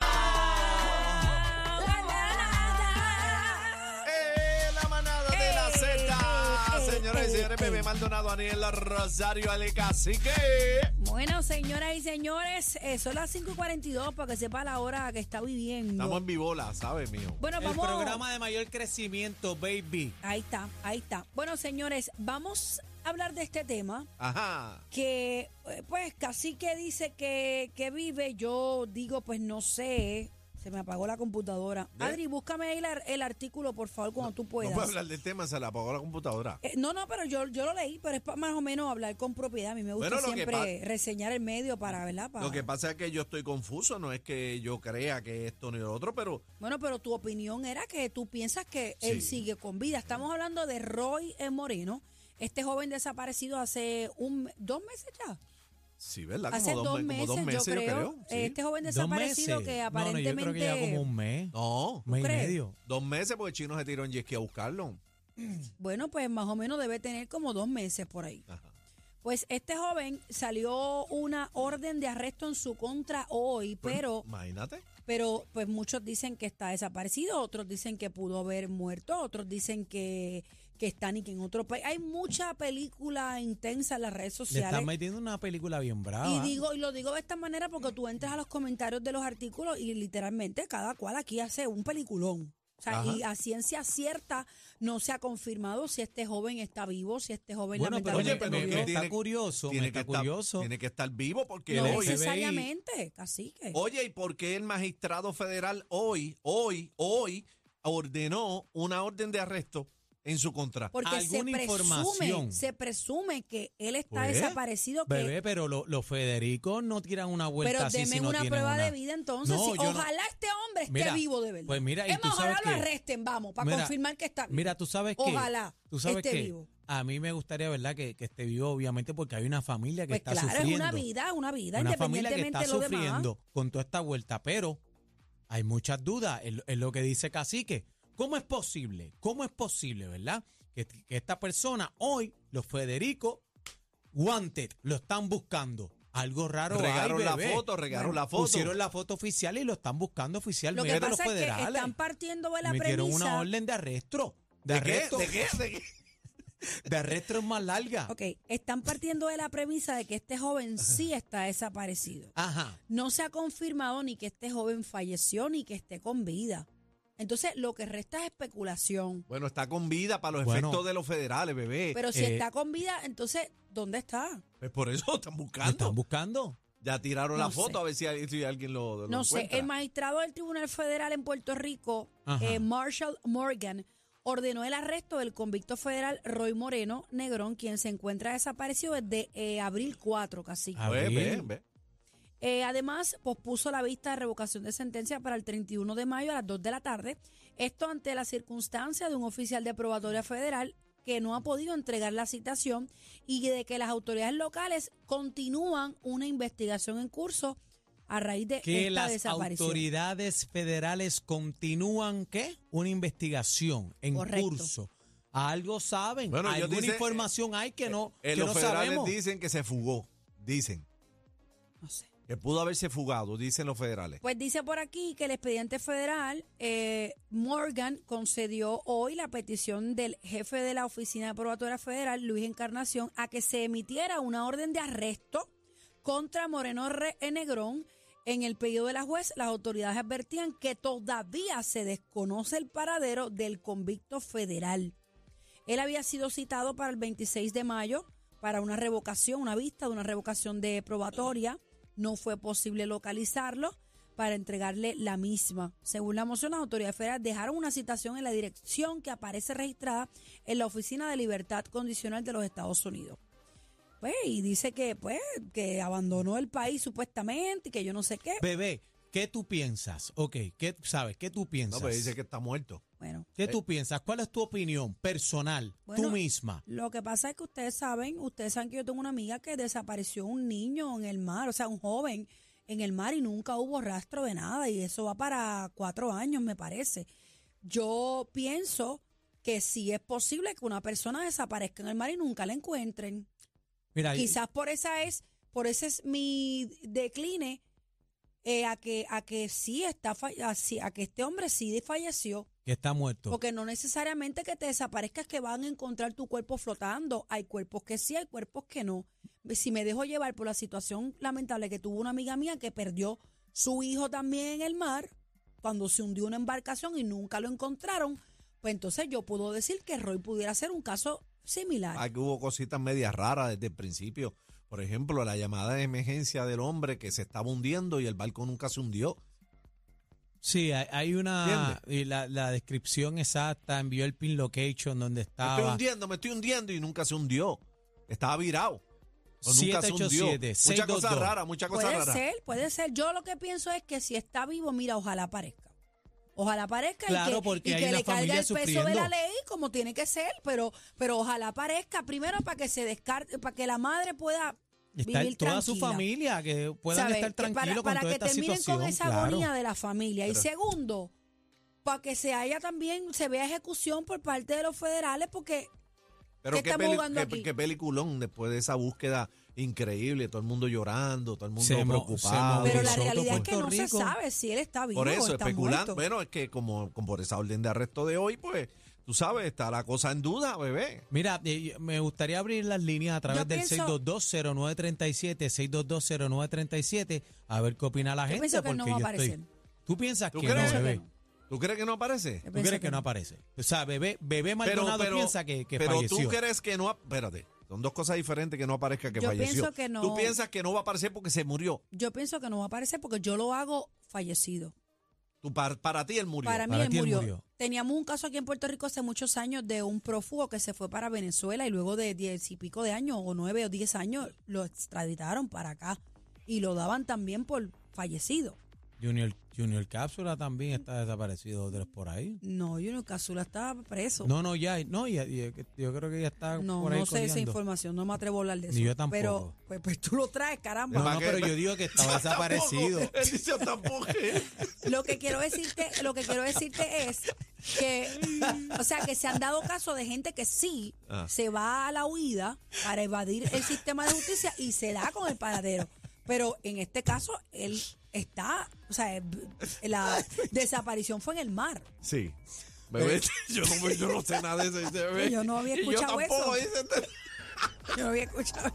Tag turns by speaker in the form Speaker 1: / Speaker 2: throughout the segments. Speaker 1: Eh,
Speaker 2: Eh,
Speaker 1: señores, bebé Maldonado, Aniel Rosario, Ale Cacique.
Speaker 2: Bueno, señoras y señores, eh, son las 5.42 para que sepa la hora que está viviendo.
Speaker 1: Estamos en vivola, ¿sabes, mío?
Speaker 2: bueno,
Speaker 3: El
Speaker 2: vamos.
Speaker 3: programa de mayor crecimiento, baby.
Speaker 2: Ahí está, ahí está. Bueno, señores, vamos a hablar de este tema
Speaker 1: Ajá.
Speaker 2: que, eh, pues, casi que dice que, que vive. Yo digo, pues, no sé. Se me apagó la computadora.
Speaker 1: ¿Ve?
Speaker 2: Adri, búscame ahí la- el artículo, por favor, cuando tú
Speaker 1: No
Speaker 2: puedas.
Speaker 1: puedo hablar del tema, se le apagó la computadora.
Speaker 2: Eh, no, no, pero yo, yo lo leí, pero es pa- más o menos hablar con propiedad. A mí me gusta
Speaker 1: Bueno, lo que
Speaker 2: siempre reseñar el medio para, ¿verdad? Para-
Speaker 1: Lo que pasa es que yo estoy confuso, no es que yo crea que esto ni lo otro, pero
Speaker 2: Bueno, pero tu opinión era que tú piensas que él
Speaker 1: Sí.
Speaker 2: sigue con vida. Estamos hablando de Roy eh, Moreno, este joven desaparecido hace un dos meses ya.
Speaker 1: sí, ¿verdad?
Speaker 2: hace
Speaker 1: Como dos, me- como dos meses,
Speaker 2: yo creo.
Speaker 1: sí.
Speaker 2: Este joven desaparecido que aparentemente.
Speaker 3: No, no, yo creo que lleva como un mes.
Speaker 1: No,
Speaker 3: mes
Speaker 2: crees?
Speaker 3: y medio.
Speaker 1: dos meses porque Chino se tiró en jet ski a buscarlo.
Speaker 2: Bueno, pues más o menos debe tener como dos meses por ahí.
Speaker 1: Ajá.
Speaker 2: Pues este joven salió una orden de arresto en su contra hoy, pero,
Speaker 1: Imagínate.
Speaker 2: pero pues muchos dicen que está desaparecido, otros dicen que pudo haber muerto, otros dicen que, que está ni que en otro país. Hay mucha película intensa en las redes
Speaker 3: Le están
Speaker 2: sociales.
Speaker 3: metiendo una película bien brava.
Speaker 2: Y digo, y lo digo de esta manera porque tú entras a los comentarios de los artículos y literalmente cada cual aquí hace un peliculón. O sea,
Speaker 1: Ajá.
Speaker 2: y a ciencia cierta no se ha confirmado si este joven está vivo, si este joven
Speaker 3: Bueno, pero
Speaker 2: lamentablemente
Speaker 3: oye, pero
Speaker 2: murió.
Speaker 3: me está curioso, me está
Speaker 1: estar,
Speaker 3: curioso.
Speaker 1: Tiene que estar vivo porque
Speaker 2: no
Speaker 1: hoy.
Speaker 3: ese-
Speaker 2: necesariamente, así que
Speaker 1: Oye, ¿y por qué el magistrado federal hoy, hoy, hoy ordenó una orden de arresto en su contra?
Speaker 2: porque se
Speaker 3: alguna
Speaker 2: presume,
Speaker 3: información.
Speaker 2: se presume que él está
Speaker 1: Pues,
Speaker 2: desaparecido, que
Speaker 3: Bebé, pero lo- los Federicos no tiran una vuelta
Speaker 2: pero
Speaker 3: así
Speaker 2: deme
Speaker 3: si no
Speaker 2: una
Speaker 3: tienen
Speaker 2: prueba
Speaker 3: una-
Speaker 2: de vida entonces.
Speaker 3: No,
Speaker 2: sí,
Speaker 3: yo no-
Speaker 2: ojalá este hombre esté
Speaker 3: Mira,
Speaker 2: vivo de verdad.
Speaker 3: pues mira, y
Speaker 2: es
Speaker 3: tú
Speaker 2: más, ojalá
Speaker 3: sabes
Speaker 2: lo
Speaker 3: qué.
Speaker 2: arresten, vamos, para
Speaker 3: Mira,
Speaker 2: confirmar que está vivo.
Speaker 3: Mira, tú sabes que.
Speaker 2: Ojalá
Speaker 3: Tú sabes
Speaker 2: esté
Speaker 3: que
Speaker 2: vivo.
Speaker 3: A mí me gustaría, ¿verdad?, que, que esté vivo, obviamente, porque hay una familia que
Speaker 2: Pues
Speaker 3: está
Speaker 2: claro,
Speaker 3: sufriendo.
Speaker 2: es una vida, una vida,
Speaker 3: una familia que
Speaker 2: independientemente
Speaker 3: está
Speaker 2: de lo demás.
Speaker 3: sufriendo con toda esta vuelta, pero hay muchas dudas en, lo- en lo que dice Cacique. ¿Cómo es posible? ¿Cómo es posible, verdad? Que, que esta persona hoy, los Federico Wanted, lo están buscando. Algo raro. hay,
Speaker 1: regaron la
Speaker 3: bebé.
Speaker 1: foto, regaron la foto.
Speaker 3: Pusieron la foto oficial y lo están buscando
Speaker 2: Lo
Speaker 3: oficialmente
Speaker 2: que
Speaker 3: los
Speaker 2: pasa es que
Speaker 3: federales.
Speaker 2: están partiendo de la
Speaker 3: Metieron
Speaker 2: premisa.
Speaker 3: una orden de arresto. De,
Speaker 1: ¿De qué?
Speaker 3: arresto,
Speaker 1: ¿De qué? ¿De qué?
Speaker 3: de arresto más larga.
Speaker 2: Ok, están partiendo de la premisa de que este joven sí está desaparecido.
Speaker 3: Ajá.
Speaker 2: No se ha confirmado ni que este joven falleció ni que esté con vida. Entonces, lo que resta es especulación.
Speaker 1: Bueno, está con vida para los
Speaker 3: Bueno.
Speaker 1: efectos de los federales, bebé.
Speaker 2: Pero si
Speaker 3: eh,
Speaker 2: está con vida, entonces, ¿dónde está?
Speaker 1: Pues por eso lo están
Speaker 3: ¿Lo están
Speaker 1: buscando.
Speaker 3: buscando?
Speaker 1: Ya tiraron
Speaker 2: No
Speaker 1: la foto
Speaker 2: sé.
Speaker 1: a ver si, hay- si alguien lo, lo
Speaker 2: No sé,
Speaker 1: encuentra.
Speaker 2: el magistrado del Tribunal Federal en Puerto Rico,
Speaker 3: Ajá.
Speaker 2: eh, Marshall Morgan, ordenó el arresto del convicto federal Roy Moreno Negrón, quien se encuentra desaparecido desde eh, abril 4, casi.
Speaker 3: Ah,
Speaker 1: Ve, ve,
Speaker 3: Abril.
Speaker 1: ve.
Speaker 2: Eh, además, pospuso la vista de revocación de sentencia para el 31 de mayo a las 2 de la tarde. Esto ante la circunstancia de un oficial de probatoria federal que no ha podido entregar la citación y de que las autoridades locales continúan una investigación en curso a raíz de
Speaker 3: que
Speaker 2: esta
Speaker 3: las
Speaker 2: desaparición.
Speaker 3: autoridades federales continúan qué una investigación en
Speaker 2: Correcto.
Speaker 3: curso algo saben
Speaker 1: Bueno, ellos
Speaker 3: alguna
Speaker 1: dicen,
Speaker 3: información hay que no
Speaker 1: Eh,
Speaker 3: que
Speaker 1: los
Speaker 3: no
Speaker 1: federales
Speaker 3: sabemos
Speaker 1: dicen que se fugó. Dicen
Speaker 2: No sé.
Speaker 1: que pudo haberse fugado, dicen los federales.
Speaker 2: Pues dice por aquí que el expediente federal, eh, Morgan, concedió hoy la petición del jefe de la Oficina de Probatoria Federal, Luis Encarnación, a que se emitiera una orden de arresto contra Moreno Re- eh, Negrón. En el pedido de la juez, las autoridades advertían que todavía se desconoce el paradero del convicto federal. Él había sido citado para el 26 de mayo para una revocación, una vista de una revocación de probatoria. No fue posible localizarlo para entregarle la misma. Según la moción, las autoridades federales dejaron una citación en la dirección que aparece registrada en la Oficina de Libertad Condicional de los Estados Unidos. Pues, y dice que, pues, que abandonó el país supuestamente y que yo no sé qué.
Speaker 3: bebé qué tú piensas Ok, qué sabes qué tú
Speaker 2: Pues,
Speaker 1: No,
Speaker 3: piensas
Speaker 1: pero dice que eh, está muerto.
Speaker 2: Bueno,
Speaker 3: qué tú piensas cuál es tu opinión personal
Speaker 2: Bueno,
Speaker 3: tú misma
Speaker 2: Lo que pasa es que ustedes saben, ustedes saben que yo tengo una amiga que desapareció un niño en el mar, o sea, un joven en el mar y nunca hubo rastro de nada y eso va para cuatro años, me parece. Yo pienso que sí es posible que una persona desaparezca en el mar y nunca la encuentren.
Speaker 3: mira
Speaker 2: Quizás por esa es, por ese es mi decline eh, a que a que sí está fa- a, sí- a que este hombre sí falleció.
Speaker 3: que que está muerto.
Speaker 2: Porque no necesariamente que te desaparezcas que van a encontrar tu cuerpo flotando. Hay cuerpos que sí, hay cuerpos que no. Si me dejo llevar por la situación lamentable que tuvo una amiga mía que perdió su hijo también en el mar, cuando se hundió una embarcación y nunca lo encontraron, pues entonces yo puedo decir que Roy pudiera ser un caso similar.
Speaker 1: Aquí hubo cositas medias raras desde el principio. Por ejemplo, la llamada de emergencia del hombre que se estaba hundiendo y el barco nunca se hundió.
Speaker 3: Sí, hay, hay una y la, la descripción exacta, envió el pin location donde
Speaker 1: Me estoy
Speaker 3: estaba.
Speaker 1: hundiendo, me estoy hundiendo y nunca se hundió. Estaba virado. O nunca se hundió.
Speaker 3: 787,
Speaker 1: Muchas cosas
Speaker 3: 622.
Speaker 1: raras, muchas cosas
Speaker 2: Puede
Speaker 1: raras.
Speaker 2: ser, puede ser. Yo lo que pienso es que si está vivo, mira, ojalá aparezca. Ojalá aparezca
Speaker 3: Claro,
Speaker 2: y que,
Speaker 3: porque
Speaker 2: y
Speaker 3: hay
Speaker 2: que
Speaker 3: una
Speaker 2: le caiga
Speaker 3: familia
Speaker 2: el peso de
Speaker 3: sufriendo.
Speaker 2: la ley como tiene que ser, pero, pero ojalá aparezca primero para que se descarte, para que la madre pueda
Speaker 3: Está
Speaker 2: vivir
Speaker 3: toda su
Speaker 2: tranquila.
Speaker 3: familia, que puedan
Speaker 2: ¿sabes?
Speaker 3: estar
Speaker 2: Que para-
Speaker 3: tranquilos
Speaker 2: para,
Speaker 3: con toda
Speaker 2: que
Speaker 3: esta
Speaker 2: terminen
Speaker 3: situación.
Speaker 2: con esa
Speaker 3: claro.
Speaker 2: agonía de la familia. y
Speaker 1: Pero-
Speaker 2: segundo, para que se haya también, se vea ejecución por parte de los federales, porque
Speaker 1: Pero
Speaker 2: ¿Qué
Speaker 1: qué,
Speaker 2: estamos
Speaker 1: peli-
Speaker 2: jugando
Speaker 1: qué-
Speaker 2: aquí?
Speaker 1: qué peliculón después de esa búsqueda increíble, todo el mundo llorando, todo el mundo
Speaker 3: Se pues. mo-
Speaker 1: preocupado.
Speaker 3: se
Speaker 2: pero la
Speaker 3: Ah, Soto,
Speaker 2: realidad es que
Speaker 3: Puerto
Speaker 2: no se
Speaker 3: Rico.
Speaker 2: sabe si él está vivo
Speaker 1: Por
Speaker 2: o
Speaker 1: eso,
Speaker 2: está
Speaker 1: especulando.
Speaker 2: muerto.
Speaker 3: pues,
Speaker 1: Bueno, es que como, como por esa orden de arresto de hoy, pues, tú sabes, está la cosa en duda, bebé.
Speaker 3: Mira, eh, me gustaría abrir las líneas a través
Speaker 2: Yo
Speaker 3: del
Speaker 2: pienso-
Speaker 3: 6220937, 6220937, a ver qué opina la
Speaker 2: Yo
Speaker 3: gente.
Speaker 2: pienso que
Speaker 3: porque
Speaker 2: él no va a
Speaker 3: yo
Speaker 2: aparecer.
Speaker 3: estoy- ¿Tú piensas
Speaker 1: ¿Tú
Speaker 3: que
Speaker 1: crees?
Speaker 3: no, bebé?
Speaker 2: Yo
Speaker 1: ¿Tú crees que no aparece?
Speaker 2: Yo
Speaker 3: ¿Tú
Speaker 2: pienso
Speaker 3: crees
Speaker 2: que
Speaker 3: que no
Speaker 2: no.
Speaker 3: aparece? O sea, bebé, bebé Maldonado piensa que, que
Speaker 1: pero
Speaker 3: falleció.
Speaker 1: tú crees que no... ap- Espérate, son dos cosas diferentes que no aparezca que
Speaker 2: Yo
Speaker 1: falleció.
Speaker 2: pienso que no.
Speaker 1: Tú piensas que no va a aparecer porque se murió.
Speaker 2: Yo pienso que no va a aparecer porque yo lo hago fallecido.
Speaker 1: Tú, par- para, ti él murió.
Speaker 2: Para mí
Speaker 3: Para
Speaker 2: él
Speaker 3: ti él
Speaker 2: murió.
Speaker 3: murió.
Speaker 2: Teníamos un caso aquí en Puerto Rico hace muchos años de un prófugo que se fue para Venezuela y luego de diez y pico de años, o nueve o diez años, lo extraditaron para acá y lo daban también por fallecido.
Speaker 3: Junior, Junior Cápsula también está desaparecido, otros por ahí.
Speaker 2: No, Junior Casula estaba preso.
Speaker 3: No, no, ya, no, ya, ya- yo creo que ya está
Speaker 2: no,
Speaker 3: por ahí
Speaker 2: no sé esa
Speaker 3: coleando.
Speaker 2: información, no me atrevo a hablar de eso.
Speaker 3: Ni yo tampoco.
Speaker 2: Pero pues, pues tú lo traes, caramba.
Speaker 3: No,
Speaker 1: ¿Para
Speaker 3: no,
Speaker 1: qué?
Speaker 3: pero yo digo que estaba desaparecido.
Speaker 1: Tampoco, él dice tampoco.
Speaker 2: Lo que quiero decirte, lo que quiero decirte es que, o sea, que se han dado caso de gente que sí
Speaker 1: Ah.
Speaker 2: se va a la huida para evadir el sistema de justicia y se da con el paradero. Pero en este caso, él está, o sea, eh, la desaparición fue en el mar.
Speaker 1: Sí. Bebé, yo no, yo no sé nada de eso. dice, bebé.
Speaker 2: Eh. Yo no había
Speaker 1: Y
Speaker 2: escuchado
Speaker 1: yo tampoco,
Speaker 2: eso.
Speaker 1: dice,
Speaker 2: Yo no había escuchado.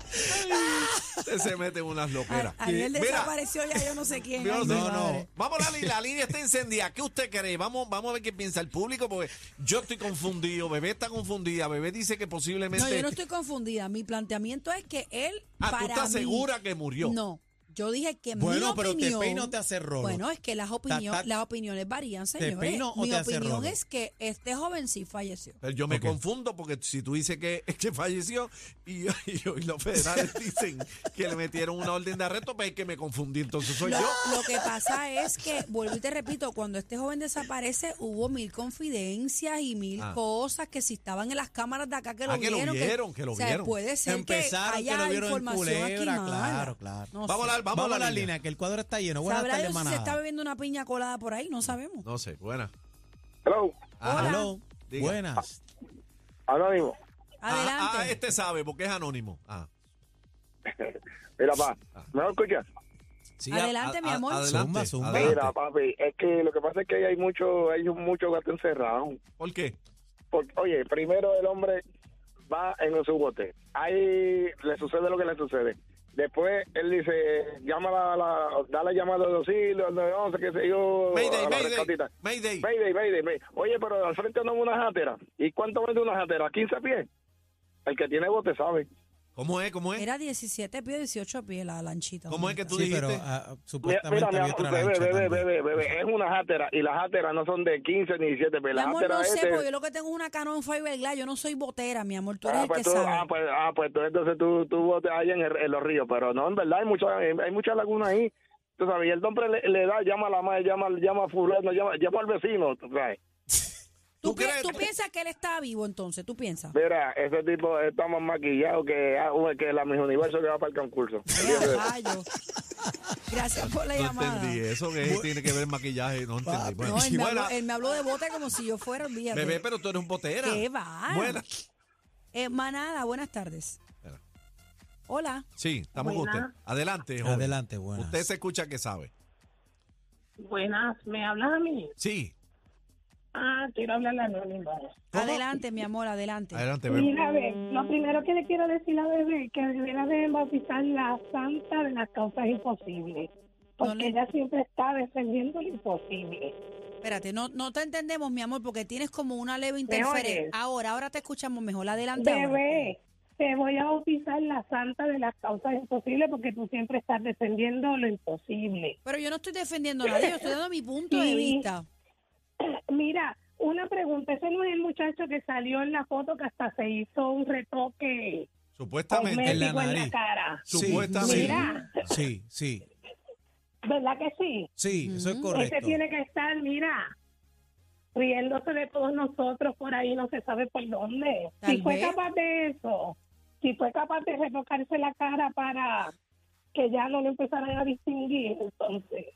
Speaker 1: Usted se mete en unas loqueras.
Speaker 2: A, él
Speaker 1: Mira,
Speaker 2: desapareció ya yo no sé quién.
Speaker 1: yo
Speaker 2: Ay,
Speaker 1: no, sé.
Speaker 2: mi
Speaker 1: no,
Speaker 2: madre.
Speaker 1: Vamos, la, li- la línea está encendida. ¿Qué usted cree? Vamos, vamos a ver qué piensa el público, porque yo estoy confundido. Bebé está confundida. Bebé dice que posiblemente.
Speaker 2: No, yo no estoy confundida. Mi planteamiento es que él
Speaker 1: Ah, ¿tú
Speaker 2: para
Speaker 1: estás
Speaker 2: mí-
Speaker 1: segura que murió?
Speaker 2: No, yo dije que
Speaker 3: Bueno,
Speaker 2: mi
Speaker 3: pero te
Speaker 2: opinión-
Speaker 3: peino o te hace rolo.
Speaker 2: Bueno, es que las, opinión-
Speaker 3: Ta- ta-
Speaker 2: las opiniones varían, señores.
Speaker 3: peino o
Speaker 2: mi
Speaker 3: te hace
Speaker 2: opinión
Speaker 3: rolo.
Speaker 2: es que este joven sí falleció.
Speaker 1: Pero Eh, yo me
Speaker 3: Ok.
Speaker 1: confundo porque si tú dices que, que falleció y, y hoy los federales dicen que le metieron una orden de arresto, pues es que me confundí, entonces soy
Speaker 2: Lo,
Speaker 1: yo.
Speaker 2: lo que pasa es que, vuelvo y te repito, cuando este joven desaparece hubo mil confidencias y mil
Speaker 1: Ah.
Speaker 2: cosas que si estaban en las cámaras de acá que lo
Speaker 1: Ah, que lo
Speaker 2: vieron.
Speaker 1: vieron, que lo
Speaker 2: o sea,
Speaker 1: vieron.
Speaker 2: Puede ser
Speaker 3: Empezaron
Speaker 2: que
Speaker 3: que
Speaker 2: haya
Speaker 3: lo vieron en
Speaker 2: información aquí
Speaker 3: culebra,
Speaker 2: mala.
Speaker 3: claro, claro.
Speaker 2: No
Speaker 1: Vamos
Speaker 2: sé.
Speaker 1: a la-
Speaker 3: Vamos, a la línea.
Speaker 1: línea.
Speaker 3: que el cuadro está lleno. Buenas
Speaker 2: Sabrá
Speaker 3: tardes,
Speaker 2: Dios si se
Speaker 3: manada.
Speaker 2: está bebiendo una piña colada por ahí, no sabemos.
Speaker 1: No sé, buena.
Speaker 4: Hello,
Speaker 3: Ah,
Speaker 2: Hola.
Speaker 3: hello.
Speaker 1: Diga.
Speaker 3: Buenas.
Speaker 4: anónimo.
Speaker 2: Adelante.
Speaker 1: Ah, ah, este sabe porque es anónimo. Ah,
Speaker 4: Mira, pa, ¿me lo escuchas?
Speaker 1: sí,
Speaker 2: Adelante, mi amor.
Speaker 1: Adelante,
Speaker 3: Zumba, zumba.
Speaker 1: adelante.
Speaker 4: Mira, papi, es que lo que pasa es que ahí hay mucho, hay un- mucho gato encerrado.
Speaker 1: ¿Por qué?
Speaker 4: Porque, oye, primero el hombre va en su bote. Ahí le sucede lo que le sucede. Después él dice, llama a la, la- da la llamada de auxilio, al 911, qué sé yo, a
Speaker 1: Mayday,
Speaker 4: la
Speaker 1: Mayday.
Speaker 4: rescatita.
Speaker 1: Mayday.
Speaker 4: Mayday, mayday, mayday. Oye, pero al frente andaba una jatera. ¿Y cuánto vende una jatera? ¿15 pies? El que tiene bote sabe.
Speaker 1: ¿Cómo es? ¿Cómo es?
Speaker 2: Era 17 pies, 18 pies la lanchita.
Speaker 1: ¿eh? ¿Cómo es
Speaker 2: bonita.
Speaker 1: que tú
Speaker 3: Sí,
Speaker 1: dijiste?
Speaker 3: pero ah,
Speaker 4: Mira,
Speaker 3: supuestamente
Speaker 4: mira, mi
Speaker 3: había
Speaker 4: amor,
Speaker 3: otra
Speaker 4: bebé,
Speaker 3: lancha
Speaker 4: bebé,
Speaker 3: también.
Speaker 4: bebé, bebé, es una játera y las játeras no son de 15 ni 17 pero este,
Speaker 2: Mi
Speaker 4: La
Speaker 2: amor,
Speaker 4: játera
Speaker 2: no
Speaker 4: es
Speaker 2: sé,
Speaker 4: de-
Speaker 2: porque yo lo que tengo es una Canon Fiberglass, yo no soy botera, mi amor, tú eres
Speaker 4: Ah,
Speaker 2: el que
Speaker 4: pues tú,
Speaker 2: sabe.
Speaker 4: ah, pues, ah, pues tú- entonces tú, tú botes ahí en, el- en los ríos, pero no, en verdad hay mucha, hay mucha laguna ahí. Tú sabes, y el hombre le, le da, llama a la madre, llama, llama a fulano, llama, llama al vecino, tú sabes.
Speaker 2: ¿Tú,
Speaker 1: ¿tú
Speaker 2: pi-
Speaker 1: crees?
Speaker 2: tú piensas que él está vivo entonces? ¿Tú piensas?
Speaker 4: Mira, ese tipo está más maquillado que, ah, uy, que la mis Universo que va para el concurso.
Speaker 2: Vea, rayo. Gracias por la
Speaker 1: No
Speaker 2: llamada.
Speaker 1: entendí eso que tiene que ver maquillaje, no entendí.
Speaker 3: Papi,
Speaker 1: Bueno,
Speaker 2: No, él me,
Speaker 1: buena.
Speaker 2: habló, él me habló de bote como si yo fuera un día.
Speaker 1: bebé, pero tú eres un botera.
Speaker 2: ¿Qué va?
Speaker 1: Buena.
Speaker 2: Eh, manada, buenas tardes.
Speaker 1: Espera.
Speaker 2: Hola.
Speaker 1: Sí, estamos con usted.
Speaker 5: Buena.
Speaker 1: Adelante, joven.
Speaker 3: Adelante, buenas.
Speaker 1: Usted se escucha que sabe.
Speaker 5: Buenas, ¿me hablas a mí?
Speaker 1: Sí,
Speaker 5: Ah, quiero hablarle anónima.
Speaker 2: Adelante, mi amor, adelante.
Speaker 1: Adelante, bebé.
Speaker 5: Mira, ve, lo primero que le quiero decir a Bebé es que debiera de bautizar la santa de las causas imposibles. Porque
Speaker 2: No le-
Speaker 5: ella siempre está defendiendo lo imposible.
Speaker 2: Espérate, no, no te entendemos, mi amor, porque tienes como una leve
Speaker 5: oyes?
Speaker 2: interferencia. Ahora, ahora te escuchamos mejor. Adelante. ahora.
Speaker 5: Bebé, te voy a bautizar la santa de las causas imposibles porque tú siempre estás defendiendo lo imposible.
Speaker 2: Pero yo no estoy defendiendo a nadie, yo estoy dando mi punto de
Speaker 5: Sí.
Speaker 2: vista.
Speaker 5: Mira, una pregunta. Ese no es el muchacho que salió en la foto que hasta se hizo un retoque
Speaker 1: Supuestamente.
Speaker 5: cosmético en
Speaker 1: en la-
Speaker 5: la,
Speaker 3: nariz.
Speaker 5: cara.
Speaker 3: Sí,
Speaker 1: Supuestamente.
Speaker 5: Mira.
Speaker 3: Sí, sí,
Speaker 5: ¿Verdad que sí?
Speaker 3: sí, eso
Speaker 2: Mm.
Speaker 3: es correcto.
Speaker 5: Ese tiene que estar, mira, riéndose de todos nosotros por ahí, no se sabe por dónde.
Speaker 2: Tal
Speaker 5: si fue
Speaker 2: vez.
Speaker 5: capaz de eso, si fue capaz de retocarse la cara para que ya no lo empezaran a distinguir, entonces.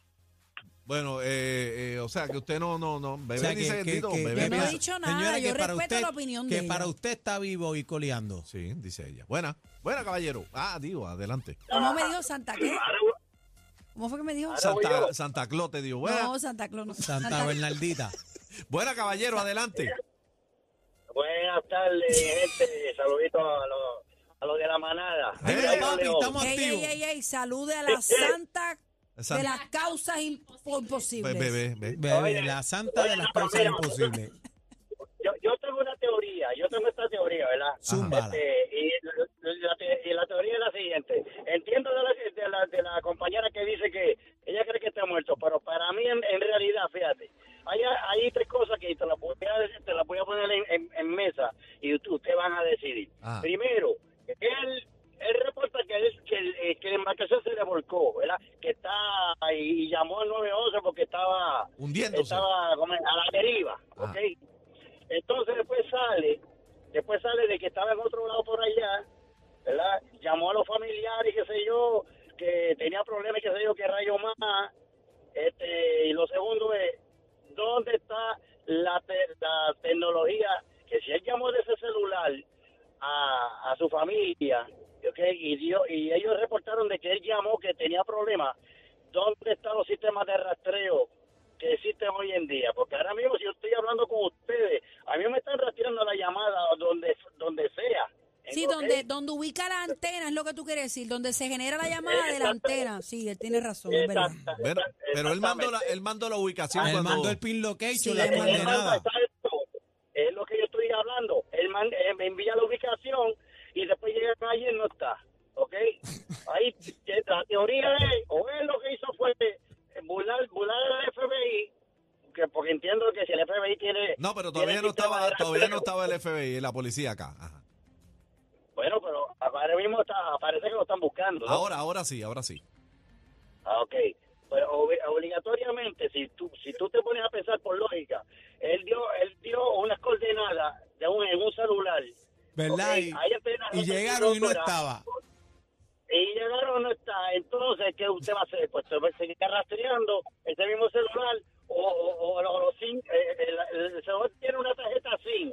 Speaker 1: Bueno, eh, eh, o sea, que usted no, no, no. Bebé
Speaker 3: O sea,
Speaker 1: dice bendito. bebé
Speaker 2: Yo no he
Speaker 1: piensa-
Speaker 2: dicho- nada, yo
Speaker 3: para
Speaker 2: respeto
Speaker 3: usted-
Speaker 2: la opinión
Speaker 3: que
Speaker 2: de
Speaker 3: para
Speaker 2: ella.
Speaker 3: usted está vivo y coleando.
Speaker 1: Sí, dice ella. Buena, buena, caballero. Ah, digo, adelante.
Speaker 2: ¿Cómo me dijo Santa qué? ¿Cómo fue que me dijo?
Speaker 1: Santa, Santa Claus te dio. Buena,
Speaker 2: No, Santa Claus. no.
Speaker 3: Santa, Bernaldita.
Speaker 1: buena caballero, adelante.
Speaker 6: Buenas tardes, gente. Saluditos a los a los de la manada.
Speaker 1: Eh,
Speaker 3: Dímelo, papi, estamos
Speaker 2: Ey,
Speaker 3: activos.
Speaker 2: ey, ey, ey, salude a la Santa de
Speaker 1: Santa-
Speaker 2: las causas impo-
Speaker 1: Be-
Speaker 2: imposibles.
Speaker 1: Bebé, bebé.
Speaker 3: Bebé, la santa de las causas imposibles.
Speaker 6: Yo, yo tengo una teoría, yo tengo esta teoría, ¿verdad?
Speaker 3: Zúmbala.
Speaker 4: Eh,
Speaker 6: Este, y, la, te- y la teoría es la siguiente. Entiendo de la, de, la, de la compañera que dice que ella cree que está muerto, pero para mí en, en realidad, fíjate, hay, hay tres cosas que te las voy a, decir, te las voy a poner en, en- en mesa y ut- ustedes van a decidir.
Speaker 1: Ajá.
Speaker 6: Primero, él, él reporta que, es, que, el, eh, que la embarcación se le volcó, ¿verdad? Que está y, y llamó al 911 porque estaba
Speaker 1: Hundiéndose.
Speaker 6: estaba como a la deriva,
Speaker 1: Ah.
Speaker 6: ¿ok? Entonces después sale, después sale de que estaba en otro lado por allá, ¿verdad? Llamó a los familiares, qué sé yo, que tenía problemas, qué sé yo, qué rayo más. Este, y lo segundo es, ¿dónde está la, te- la tecnología? Que si él llamó de ese celular a, a su familia, ¿ok? Y, dio- y ellos reportaron de que él llamó, que tenía problemas. ¿Dónde están los sistemas de rastreo que existen hoy en día, porque ahora mismo si yo estoy hablando con ustedes, a mí me están rastreando la llamada donde donde sea.
Speaker 2: Sí,
Speaker 6: ¿ok?
Speaker 2: donde, donde ubica la antena, es lo que tú quieres decir, donde se genera la llamada de la antena. Sí, él tiene razón, es verdad.
Speaker 6: Exacta-
Speaker 1: Bueno, pero él mandó la,
Speaker 6: exactamente.
Speaker 1: él mandó la ubicación
Speaker 3: Él
Speaker 1: cuando-
Speaker 3: mandó el pin
Speaker 2: Sí, él
Speaker 3: location, la
Speaker 2: mandó-
Speaker 6: Él manda,
Speaker 3: condenada.
Speaker 6: exacto, es lo que yo estoy hablando. Él, man- él me envía la ubicación y después llega allí y no está, ¿ok? Ahí que la teoría es, o él lo que hizo fue burlar, burlar al FBI, que porque entiendo que si el FBI tiene
Speaker 1: No, pero
Speaker 6: tiene
Speaker 1: todavía no
Speaker 6: sistema
Speaker 1: estaba,
Speaker 6: de
Speaker 1: todavía no
Speaker 6: rastreo.
Speaker 1: estaba el FBI, la policía acá. Ajá.
Speaker 6: Bueno, pero ahora mismo está, parece que lo están buscando. ¿no?
Speaker 1: Ahora, ahora sí, ahora sí.
Speaker 6: Ah, ok. Pero ob- obligatoriamente, si tú, si tú te pones a pensar por lógica, él dio, él dio unas coordenadas de un, en un celular.
Speaker 3: ¿Verdad?
Speaker 6: Ok,
Speaker 3: Y-
Speaker 6: ahí apenas
Speaker 3: Y,
Speaker 6: no se
Speaker 3: llegaron y no
Speaker 6: encontrará.
Speaker 3: estaba.
Speaker 6: Y llegaron, no está. Entonces, ¿qué usted va a hacer? Pues se va a seguir rastreando ese mismo celular o, o, o- o los SIM, eh, el, el celular tiene una tarjeta SIM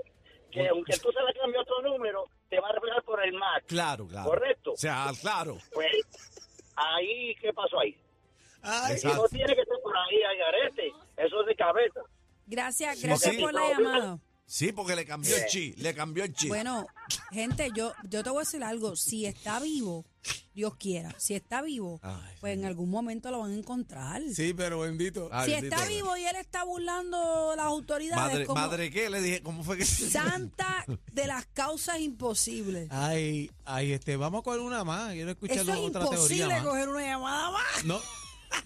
Speaker 6: que aunque tú se la cambies a otro número, te va a reflejar por el MAC.
Speaker 1: Claro, claro.
Speaker 6: Correcto.
Speaker 1: O sea, claro.
Speaker 6: Pues ahí, ¿qué pasó ahí?
Speaker 3: Ay,
Speaker 6: Y no
Speaker 1: Exacto.
Speaker 6: tiene que estar por ahí, hay garete. Eso es de cabeza.
Speaker 2: Gracias,
Speaker 1: Sí,
Speaker 2: gracias
Speaker 1: sí.
Speaker 2: por la llamada.
Speaker 1: Sí, porque le cambió el chi, le cambió el chi.
Speaker 2: Bueno, gente, yo, yo te voy a decir algo. Si está vivo, Dios quiera, si está vivo,
Speaker 1: Ay,
Speaker 2: pues en algún momento lo van a encontrar.
Speaker 3: sí, pero bendito.
Speaker 1: Ay,
Speaker 2: si
Speaker 1: bendito,
Speaker 2: está
Speaker 1: Dios.
Speaker 2: vivo y él está burlando las autoridades
Speaker 1: Madre,
Speaker 2: como
Speaker 1: madre qué, le dije, ¿cómo fue que
Speaker 2: Santa de las causas imposibles.
Speaker 1: Ah,
Speaker 3: Ay, ay, este, vamos con una más. Quiero escuchar
Speaker 2: Eso es
Speaker 3: otra
Speaker 2: imposible
Speaker 3: teoría. más.
Speaker 2: coger una llamada más.
Speaker 3: No.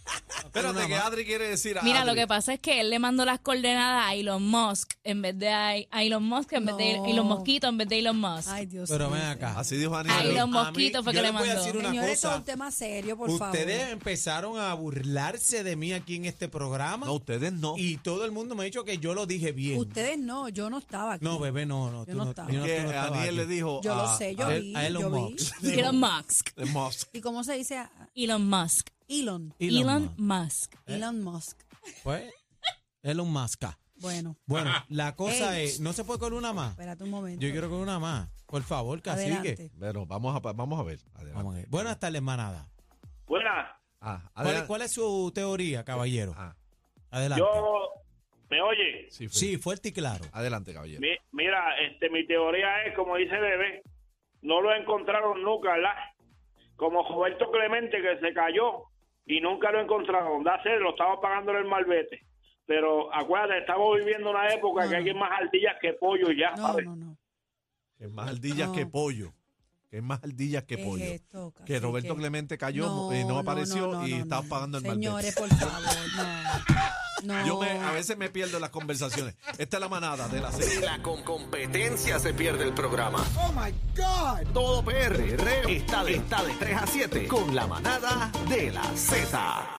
Speaker 1: Espérate
Speaker 3: Una
Speaker 1: que
Speaker 3: más.
Speaker 1: Adri quiere decir a
Speaker 7: Mira,
Speaker 1: Adri.
Speaker 7: lo que pasa es que él le mandó las coordenadas a Elon Musk en vez de a, a Elon Musk, en vez de
Speaker 2: No.
Speaker 7: Elon Mosquito, en vez de Elon Musk.
Speaker 2: Ay, Dios
Speaker 3: Pero ven
Speaker 2: mío.
Speaker 3: acá.
Speaker 1: Así dijo Ani.
Speaker 7: Ay,
Speaker 1: Pero-
Speaker 7: los
Speaker 3: A mí-
Speaker 7: mosquitos fue
Speaker 3: yo
Speaker 7: que
Speaker 3: les
Speaker 7: le
Speaker 3: voy a
Speaker 7: mandó.
Speaker 3: decir una
Speaker 2: Señores, esto es
Speaker 3: cosa.
Speaker 2: un tema serio, por
Speaker 3: Ustedes
Speaker 2: favor.
Speaker 3: empezaron a burlarse de mí aquí en este programa.
Speaker 1: No, ustedes no.
Speaker 3: Y todo el mundo me ha dicho que yo lo dije bien.
Speaker 2: Ustedes no, yo no estaba aquí.
Speaker 3: No, bebé, no, no.
Speaker 2: Yo
Speaker 3: tú
Speaker 2: no
Speaker 3: no,
Speaker 2: estaba.
Speaker 3: tú no
Speaker 1: que
Speaker 3: estabas
Speaker 1: Aniel
Speaker 3: aquí. Eh,
Speaker 1: le dijo
Speaker 2: Yo lo
Speaker 1: a-
Speaker 2: sé, yo
Speaker 1: a-
Speaker 2: vi,
Speaker 3: a Elon
Speaker 2: yo vi.
Speaker 3: Musk.
Speaker 7: Elon Musk.
Speaker 1: de Musk.
Speaker 2: ¿Y cómo se dice?
Speaker 7: Elon Musk.
Speaker 2: Elon.
Speaker 3: Elon
Speaker 7: Elon,
Speaker 3: Musk.
Speaker 7: Musk.
Speaker 1: eh.
Speaker 2: Elon Musk.
Speaker 3: Pues, Elon Musk.
Speaker 2: Bueno,
Speaker 3: Bueno, la cosa
Speaker 2: Ey.
Speaker 3: es, no se puede con una más.
Speaker 2: espérate un momento.
Speaker 3: Yo quiero con una más. Por favor, cacique.
Speaker 2: Adelante.
Speaker 1: Bueno, vamos a, vamos a ver. Adelante.
Speaker 3: Vamos a ver. Buenas tardes, manada.
Speaker 6: Buena.
Speaker 1: Ah,
Speaker 3: ¿Cuál,
Speaker 1: adelante.
Speaker 3: cuál es su teoría, caballero?
Speaker 1: Ah,
Speaker 3: Adelante.
Speaker 6: Yo,
Speaker 4: ¿Me oye?
Speaker 1: Sí, fue.
Speaker 3: Sí, fuerte y claro.
Speaker 1: Adelante, caballero.
Speaker 4: Mi- mira, este, mi teoría es, como dice Bebé, no lo encontraron nunca, ¿verdad? Como Roberto Clemente que se cayó y nunca lo encontraron. Da sed, lo estaba pagando el malvete. Pero acuérdate, estamos viviendo una época
Speaker 2: No,
Speaker 4: que hay
Speaker 2: no.
Speaker 4: más ardillas que pollo ya,
Speaker 2: No,
Speaker 4: ¿sabes?
Speaker 2: no, no.
Speaker 1: Que es más ardillas que
Speaker 2: No.
Speaker 1: pollo. Que es más ardillas que
Speaker 2: ¿Qué es
Speaker 1: pollo.
Speaker 2: esto,
Speaker 1: que
Speaker 2: cacique?
Speaker 1: Roberto Clemente cayó eh, no, apareció
Speaker 2: no,
Speaker 1: y
Speaker 2: no, no,
Speaker 1: estaba
Speaker 2: no.
Speaker 1: pagando el malvete.
Speaker 2: Señores, por favor, no. No.
Speaker 1: Yo me, a veces me pierdo en las conversaciones. Esta es la manada de la serie.
Speaker 8: la con competencia se pierde el programa. Oh my God. Todo PR está de, está de 3 a 7 con la manada de la Z.